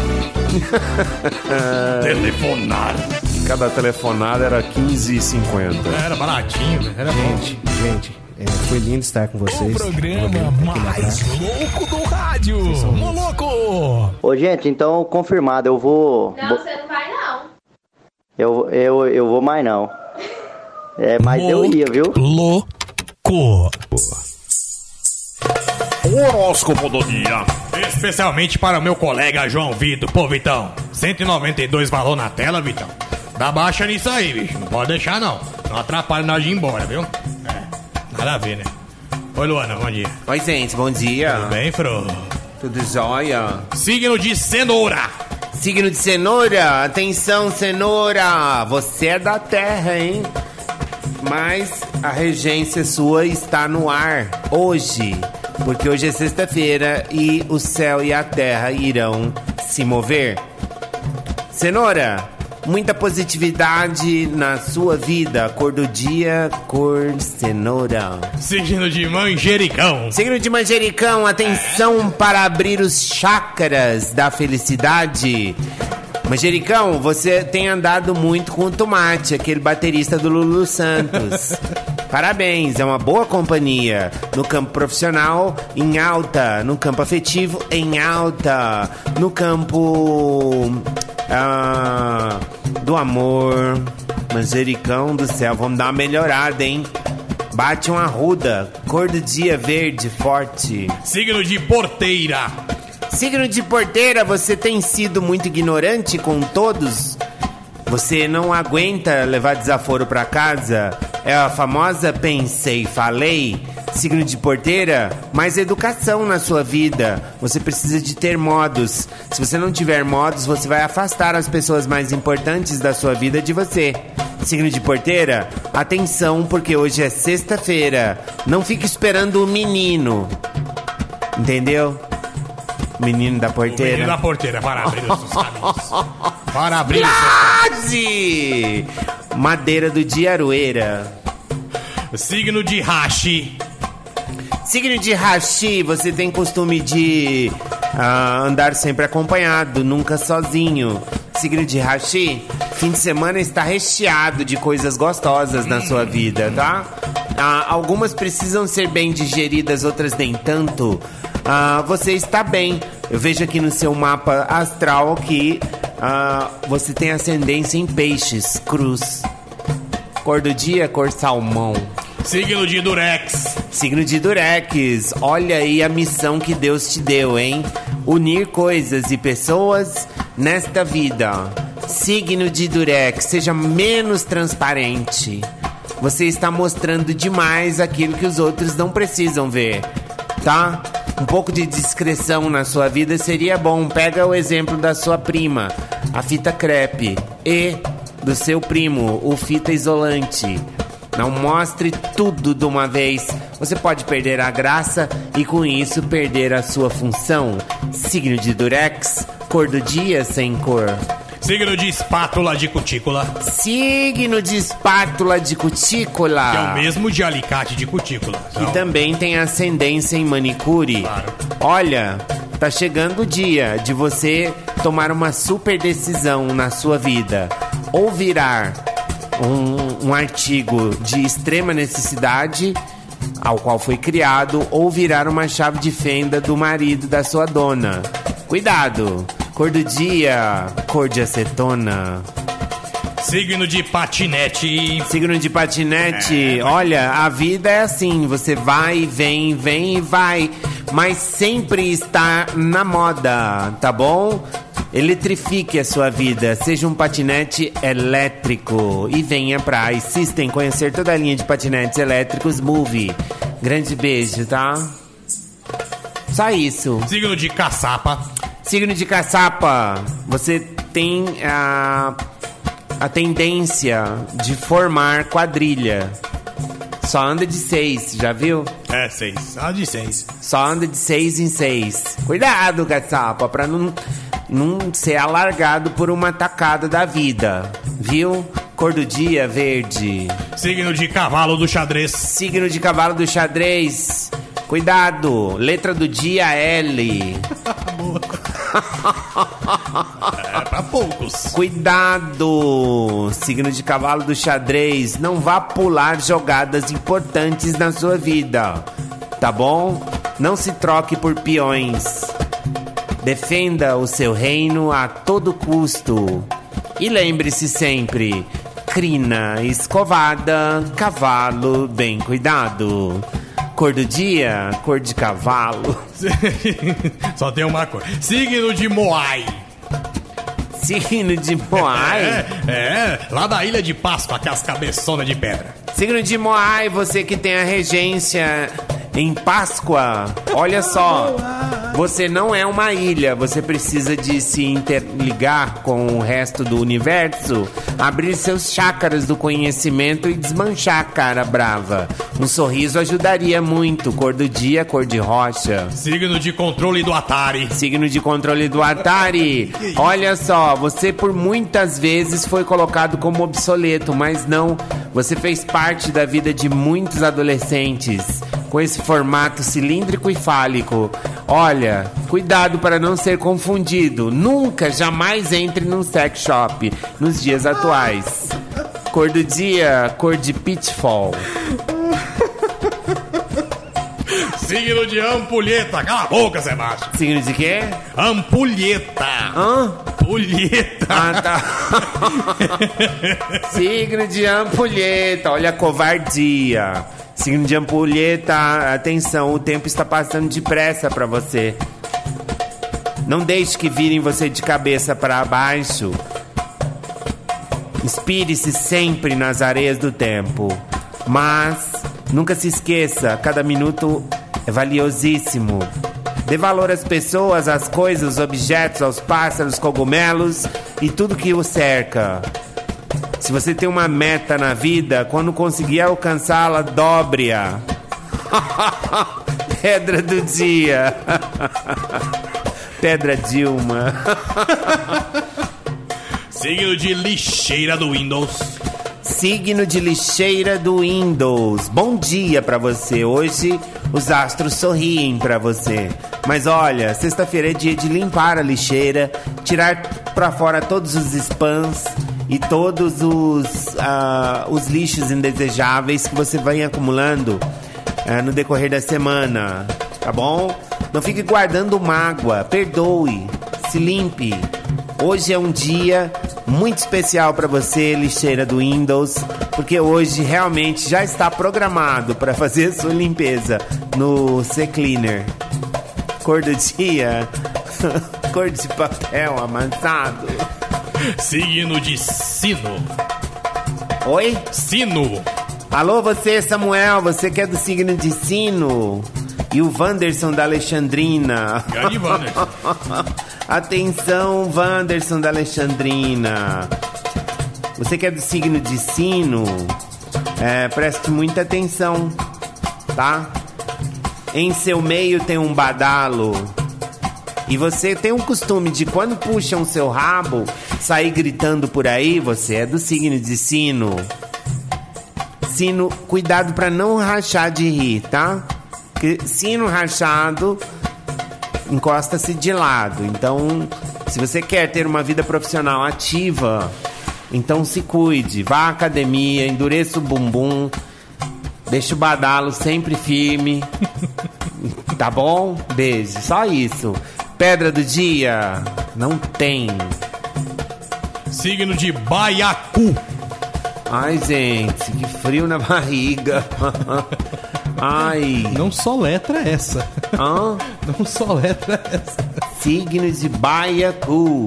S4: telefonar.
S3: Cada telefonada era 15,50.
S4: Era baratinho, velho. Era bom.
S12: Gente, é, foi lindo estar com vocês.
S14: Programa mais louco do rádio. Moloco.
S15: Ô, gente, então confirmado, eu vou.
S16: Não,
S15: vou-
S16: você não vai não.
S15: eu, eu, eu vou mais não. É, mas eu ia, viu?
S4: Louco. Um
S3: Horóscopo do dia.
S4: Especialmente para o meu colega João Vitor. Pô, Vitão, 192 valor na tela, Vitão. Dá baixa nisso aí, bicho. Não pode deixar, não. Não atrapalha nós de ir embora, viu? É, nada a ver, né? Oi, Luana, bom dia.
S5: Oi, gente, bom dia.
S8: Ah.
S5: Tudo
S4: bem, Fro?
S5: Tudo jóia.
S4: Signo de cenoura.
S5: Signo de cenoura. Atenção, cenoura. Você é da terra, hein? Mas a regência sua está no ar hoje. Porque hoje é sexta-feira e o céu e a terra irão se mover. Cenoura, muita positividade na sua vida. Cor do dia, cor cenoura.
S4: Signo de manjericão.
S5: Signo de manjericão, atenção para abrir os chakras da felicidade. Manjericão, você tem andado muito com o Tomate, aquele baterista do Lulu Santos. Parabéns, é uma boa companhia. No campo profissional, em alta. No campo afetivo, em alta. No campo ah, do amor. Manjericão do céu, vamos dar uma melhorada, hein? Bate uma ruda, cor do dia verde forte.
S4: Signo de porteira.
S5: Signo de porteira, você tem sido muito ignorante com todos? Você não aguenta levar desaforo pra casa? É a famosa pensei, falei. Signo de porteira, mais educação na sua vida. Você precisa de ter modos. Se você não tiver modos, você vai afastar as pessoas mais importantes da sua vida de você. Signo de porteira, atenção, porque hoje é sexta-feira. Não fique esperando o menino. Entendeu? Menino da porteira.
S4: Menino da porteira, para abrir os seus caminhos. Para abrir os seus
S5: Verdade! Madeira do dia Aroeira.
S4: Signo de Rashi.
S5: Signo de Rashi, você tem costume de ah, andar sempre acompanhado, nunca sozinho. Signo de Rashi, fim de semana está recheado de coisas gostosas na sua vida, tá? Ah, algumas precisam ser bem digeridas, outras nem tanto. Ah, você está bem. Eu vejo aqui no seu mapa astral que ah, você tem ascendência em peixes, cruz. Cor do dia, cor salmão.
S4: Signo de Durex.
S5: Signo de Durex, olha aí a missão que Deus te deu, hein? Unir coisas e pessoas nesta vida. Signo de Durex, seja menos transparente. Você está mostrando demais aquilo que os outros não precisam ver, tá? Um pouco de discreção na sua vida seria bom. Pega o exemplo da sua prima. a fita crepe e do seu primo, o fita isolante. Não mostre tudo de uma vez. Você pode perder a graça e com isso perder a sua função. Signo de Durex, cor do dia sem cor.
S8: Signo de espátula de cutícula.
S5: Signo de espátula de cutícula.
S8: Que é o mesmo de alicate de cutícula.
S5: Ah.
S8: Então,
S5: Que também tem ascendência em manicure. Olha, tá chegando o dia de você tomar uma super decisão na sua vida. Ou virar um, um artigo de extrema necessidade ao qual foi criado, ou virar uma chave de fenda do marido da sua dona. Cuidado! Cor do dia, cor de acetona.
S8: Signo de patinete.
S5: Signo de patinete. Olha, a vida é assim: você vai, vem, vem e vai. Mas sempre está na moda, tá bom? Eletrifique a sua vida, seja um patinete elétrico e venha pra System conhecer toda a linha de patinetes elétricos Move. Grande beijo, tá? Só isso.
S8: Signo de caçapa.
S5: Signo de caçapa, você tem a, a tendência de formar quadrilha. Só anda de seis, já viu?
S8: É, seis. Só de seis.
S5: Só anda de seis em seis. Cuidado, caçapa, pra não, não ser alargado por uma tacada da vida, viu? Cor do dia, verde.
S8: Signo de cavalo do xadrez.
S5: Signo de cavalo do xadrez. Cuidado, letra do dia L.
S8: É pra poucos.
S5: Cuidado! Signo de cavalo do xadrez, não vá pular jogadas importantes na sua vida, tá bom? Não se troque por peões. Defenda o seu reino a todo custo. E lembre-se sempre: crina escovada, cavalo bem cuidado. Cor do dia, cor de cavalo.
S8: Só tem uma cor. Signo de Moai.
S5: Signo de Moai?
S8: É, é, lá da Ilha de Páscoa, que é as cabeçonas de pedra.
S5: Signo de Moai, você que tem a regência em Páscoa. Olha só, você não é uma ilha, você precisa de se interligar com o resto do universo, abrir seus chácaras do conhecimento e desmanchar a cara brava. Um sorriso ajudaria muito, cor do dia, cor de rocha.
S8: Signo de controle do Atari.
S5: Signo de controle do Atari. Olha só, você por muitas vezes foi colocado como obsoleto, mas não. Você fez parte da vida de muitos adolescentes com esse formato cilíndrico e fálico. Olha, cuidado para não ser confundido. Nunca, jamais entre num sex shop nos dias atuais. Cor do dia, cor de pitfall.
S8: Signo de ampulheta. Cala a boca, Sebastião.
S5: Signo de quê?
S8: Ampulheta.
S5: Hã?
S8: Ampulheta.
S5: Ah, tá. Signo de ampulheta. Olha a covardia. Signo de ampulheta. Atenção, o tempo está passando depressa para você. Não deixe que virem você de cabeça para baixo. Inspire-se sempre nas areias do tempo. Mas nunca se esqueça, cada minuto é valiosíssimo. Dê valor às pessoas, às coisas, aos objetos, aos pássaros, cogumelos e tudo que o cerca. Se você tem uma meta na vida, quando conseguir alcançá-la, dobre-a. Pedra do dia. Pedra Dilma.
S8: Signo de lixeira do Windows.
S5: Signo de lixeira do Windows. Bom dia pra você. Hoje os astros sorriem pra você. Mas olha, sexta-feira é dia de limpar a lixeira, tirar pra fora todos os spams e todos os, ah, os lixos indesejáveis que você vem acumulando ah, no decorrer da semana, tá bom? Não fique guardando mágoa, perdoe, se limpe. Hoje é um dia muito especial para você, lixeira do Windows, porque hoje realmente já está programado para fazer sua limpeza no C-Cleaner. Cor do dia, cor de papel amassado.
S8: Signo de sino.
S5: Oi?
S8: Sino.
S5: Alô, você, Samuel, você que é do signo de sino? E o Wanderson da Alexandrina.
S8: Grande Wanderson.
S5: Atenção, Wanderson da Alexandrina. Você que é do signo de sino, é, preste muita atenção, tá? Em seu meio tem um badalo. E você tem um costume de quando puxam o seu rabo, sair gritando por aí, você é do signo de sino. Sino, cuidado pra não rachar de rir, tá? Que sino rachado encosta-se de lado. Então, se você quer ter uma vida profissional ativa, então se cuide, vá à academia, endureça o bumbum, deixa o badalo sempre firme. tá bom? Beijo, só isso. Pedra do dia, não tem.
S8: Signo de Baiacu.
S5: Ai, gente, que frio na barriga. Ai.
S4: Não só letra essa.
S5: Hã?
S4: Não só letra essa.
S5: Signo de Baiacu.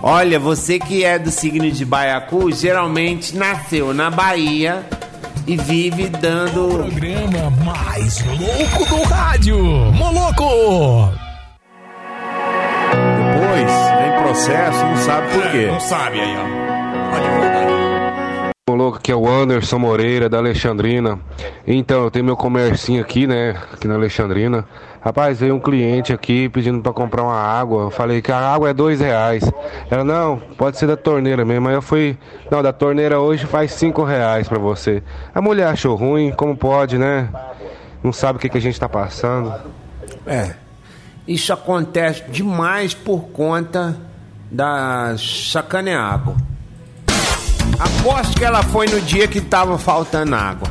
S5: Olha, você que é do signo de Baiacu, geralmente nasceu na Bahia e vive dando.
S7: Programa mais louco do rádio. Moloco!
S3: Depois vem processo, não sabe por quê.
S8: Não sabe aí, ó.
S17: Ô, louco, aqui é o Anderson Moreira, da Alexandrina. Então, eu tenho meu comercinho aqui, né? Aqui na Alexandrina. Rapaz, veio um cliente aqui pedindo pra comprar uma água. Eu falei que a água é dois reais. Ela, não, pode ser da torneira mesmo. Aí eu fui, não, da torneira hoje faz cinco reais pra você. A mulher achou ruim, como pode, né? Não sabe o que, que a gente tá passando.
S5: É. Isso acontece demais por conta da sacaneágua. Aposto que ela foi no dia que tava faltando água.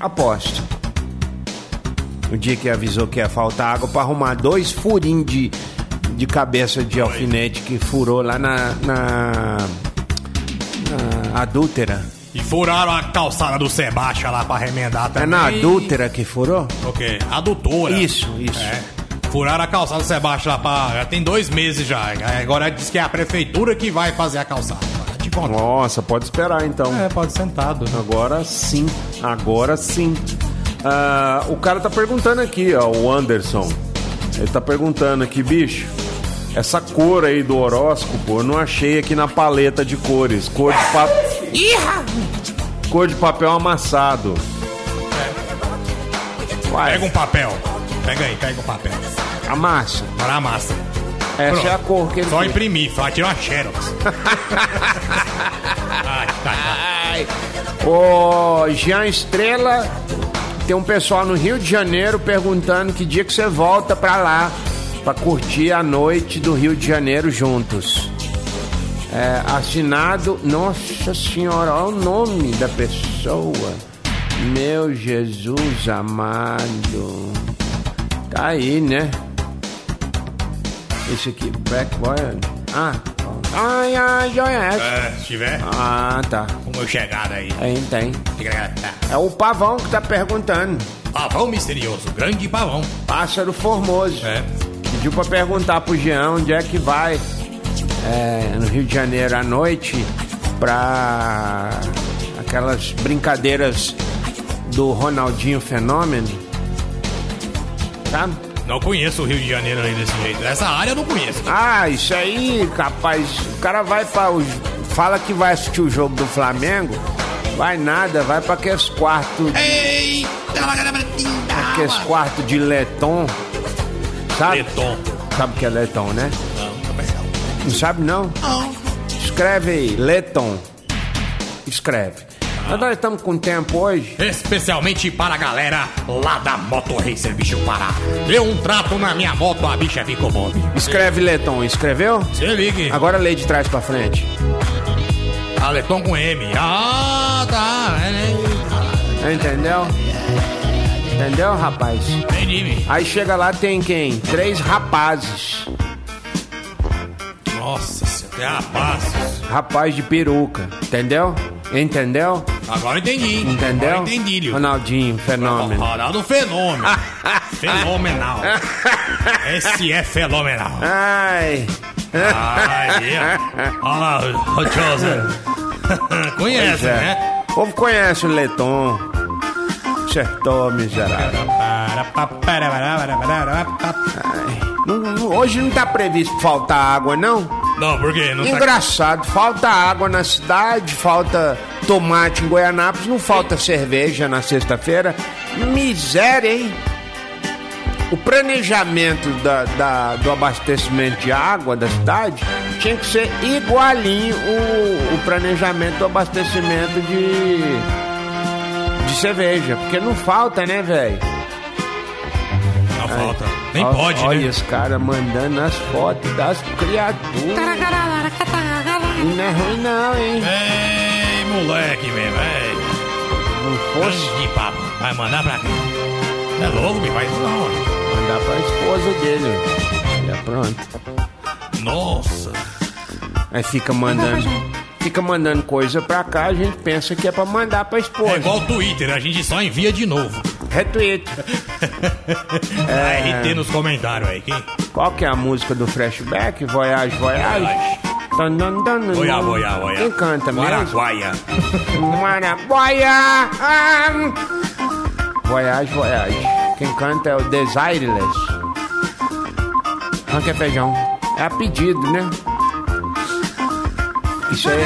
S5: Aposto. No dia que avisou que ia faltar água pra arrumar dois furinhos de, de cabeça de alfinete que furou lá na. na. na adúltera.
S8: E furaram a calçada do Sebastião lá pra remendar também.
S5: É na adúltera que furou?
S8: Ok, adutora.
S5: Isso, isso.
S8: É. Furaram a calçada do Sebastião lá pra... Já tem dois meses já. Agora diz que é a prefeitura que vai fazer a calçada.
S3: Nossa, pode esperar então.
S4: É, pode sentado.
S3: Agora sim, agora sim. Ah, o cara tá perguntando aqui, ó, o Anderson. Ele tá perguntando aqui, bicho. Essa cor aí do horóscopo, eu não achei aqui na paleta de cores. Cor de papel. Cor de papel amassado.
S5: É.
S3: Uai,
S8: Pega um papel. Pega aí, pega um papel.
S5: Amassa.
S8: Para a massa.
S5: Essa é a cor que ele
S8: Só
S5: quer.
S8: imprimir, só tira uma xerox.
S5: Ô, Jean Estrela, tem um pessoal no Rio de Janeiro perguntando que dia que você volta pra lá pra curtir a noite do Rio de Janeiro juntos. É, assinado, nossa senhora, olha o nome da pessoa. Meu Jesus amado. Tá aí, né? Esse aqui, Black Boy. Ah, ai, ai, Joyette.
S8: É, se tiver,
S5: Ah, tá.
S8: como eu chegar aí.
S5: Aí tem. É o pavão que tá perguntando.
S8: Pavão misterioso, grande pavão.
S5: Pássaro formoso. Pediu pra perguntar pro Jean onde é que vai é, no Rio de Janeiro à noite pra aquelas brincadeiras do Ronaldinho Fenômeno. Tá?
S8: Não conheço o Rio de Janeiro aí desse jeito. Essa área eu não conheço.
S5: Ah, isso aí, capaz. O cara vai pra. o- Fala que vai assistir o jogo do Flamengo. Vai nada, vai pra aqueles quartos.
S8: É,
S5: de-
S3: É
S5: Aqueles quartos de Leton. Sabe?
S8: Leton.
S5: Sabe o que é Leton, né? Não sabe não? Escreve aí, Leton. Escreve. Mas nós estamos com tempo hoje.
S8: Especialmente para a galera lá da Moto Racer, bicho Pará. Deu um trato na minha moto, a bicha ficou bobe.
S5: Escreve Leton, escreveu?
S8: Se ligue.
S5: Agora lê de trás pra frente.
S8: Aleton com M. Ah, tá. É, né?
S5: Entendeu? Entendeu, rapaz?
S8: Entendi.
S5: Aí chega lá, tem quem? Três rapazes.
S8: Nossa, é você tem rapazes.
S5: Rapaz de peruca. Entendeu? Entendeu?
S8: Agora entendi.
S5: Entendeu?
S8: Agora Ah, entendi, Lio.
S5: Ronaldinho, fenômeno.
S8: Ronaldo Fenômeno. fenomenal. Esse é fenomenal.
S5: Ai.
S8: Ai, Olha lá, ô Chosen. Conhece,
S5: Pois é.
S8: né?
S5: O povo conhece o Leton. Acertou, miserável.
S8: Ai.
S5: Não- não- hoje não tá previsto faltar água, não?
S8: Não, por quê? Não tá-
S5: Engraçado, falta água na cidade, falta tomate em Goianápolis, não falta cerveja na sexta-feira. Miséria, hein? O planejamento da- da- do abastecimento de água da cidade tinha que ser igualinho o, o planejamento do abastecimento de, de cerveja. Porque não falta, né, velho?
S8: Não
S5: Aí.
S8: falta. Nem
S5: Ó-
S8: pode,
S5: olha
S8: né?
S5: os caras mandando as fotos das criaturas. E não é ruim não, hein?
S8: Ei, moleque, mesmo, ei. Grande de papo. Vai mandar pra cá. É louco, me faz isso não. hein?
S5: Mandar pra esposa dele. Olha, pronto.
S8: Nossa.
S5: Aí fica mandando. Fica mandando coisa pra cá, a gente pensa que é pra mandar pra esposa.
S8: É igual o Twitter, a gente só envia de novo.
S5: Retweet.
S8: É... RT nos comentários aí, quem?
S5: Qual que é a música do Flashback? Voyage, Voyage? Tan, tan, tan, tan.
S8: Voyá, voyá, voyá.
S5: Quem canta mesmo?
S8: Guaraguaia.
S5: Maraguaia. Voyage, Voyage. Quem canta é o Desireless. Não quer feijão. É a pedido, né? Isso aí,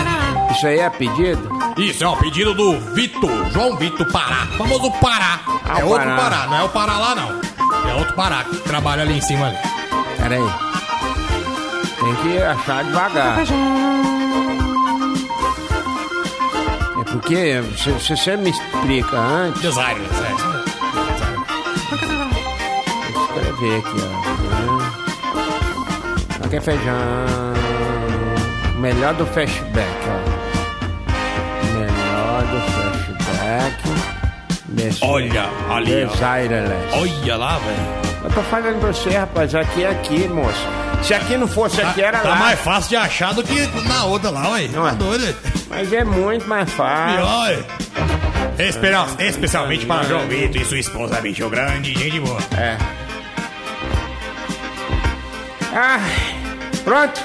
S5: isso aí é a pedido?
S8: Isso, é um pedido do Vitor, João Vitor Pará. Famoso Pará.
S5: Ah,
S8: é
S5: o
S8: outro
S5: Pará.
S8: Pará. não é o Pará lá não. É outro Pará que trabalha ali em cima ali.
S5: Pera aí. Tem que achar devagar. É porque se se você me explica antes.
S8: Design,
S5: Vou escrever aqui, ó. Não quer feijão. Melhor do flashback, ó. Melhor do flashback. Desse-
S8: Olha ali, ó.
S5: Desireless.
S8: Olha lá, velho.
S5: Eu tô falando pra você, rapaz. Aqui é aqui, moço. Se aqui não fosse aqui, era
S8: Tá
S5: lá.
S8: mais fácil de achar do que na outra lá, ué. Tá doido?
S5: Mas é muito mais fácil.
S8: Pior, ué. Espera- especialmente para João Vitor e sua esposa, bicho grande, gente boa.
S5: É. Ah, pronto.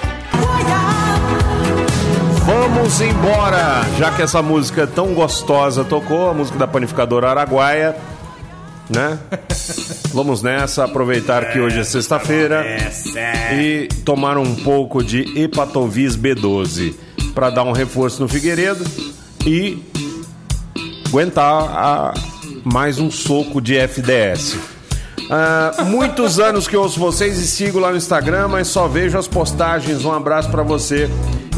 S3: Vamos embora, já que essa música é tão gostosa tocou, a música da panificadora Araguaia, né? Vamos nessa, aproveitar que hoje é sexta-feira e tomar um pouco de Hepatovis B12 para dar um reforço no Figueiredo e aguentar a- mais um soco de FDS. Ah, muitos anos que eu ouço vocês e sigo lá no Instagram, mas só vejo as postagens. Um abraço para você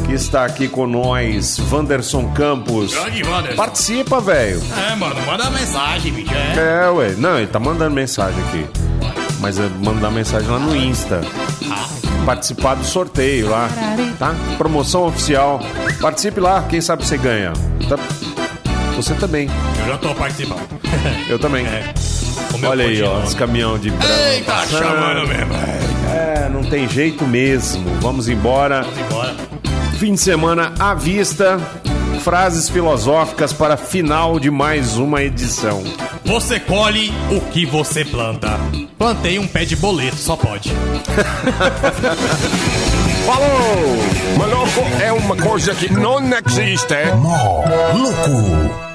S3: que está aqui com nós, Wanderson Campos.
S8: Grande Wanderson.
S3: Participa, velho.
S8: É, mano, manda mensagem, bicho. É.
S3: É, ué. Não, ele tá mandando mensagem aqui. Mas eu mandar mensagem lá no Insta. Participar do sorteio lá, tá? Promoção oficial. Participe lá, quem sabe você ganha. Tá- Você também.
S8: Eu já tô participando.
S3: Eu também. Olha aí, ó, os caminhão de branco.
S8: Eita, Tá chamando mesmo.
S3: É, não tem jeito mesmo. Vamos embora. Fim de semana à vista. Frases filosóficas para final de mais uma edição.
S8: Você colhe o que você planta. Plantei um pé de boleto, só pode.
S1: Falou! Maluco é uma coisa que não existe. Maluco.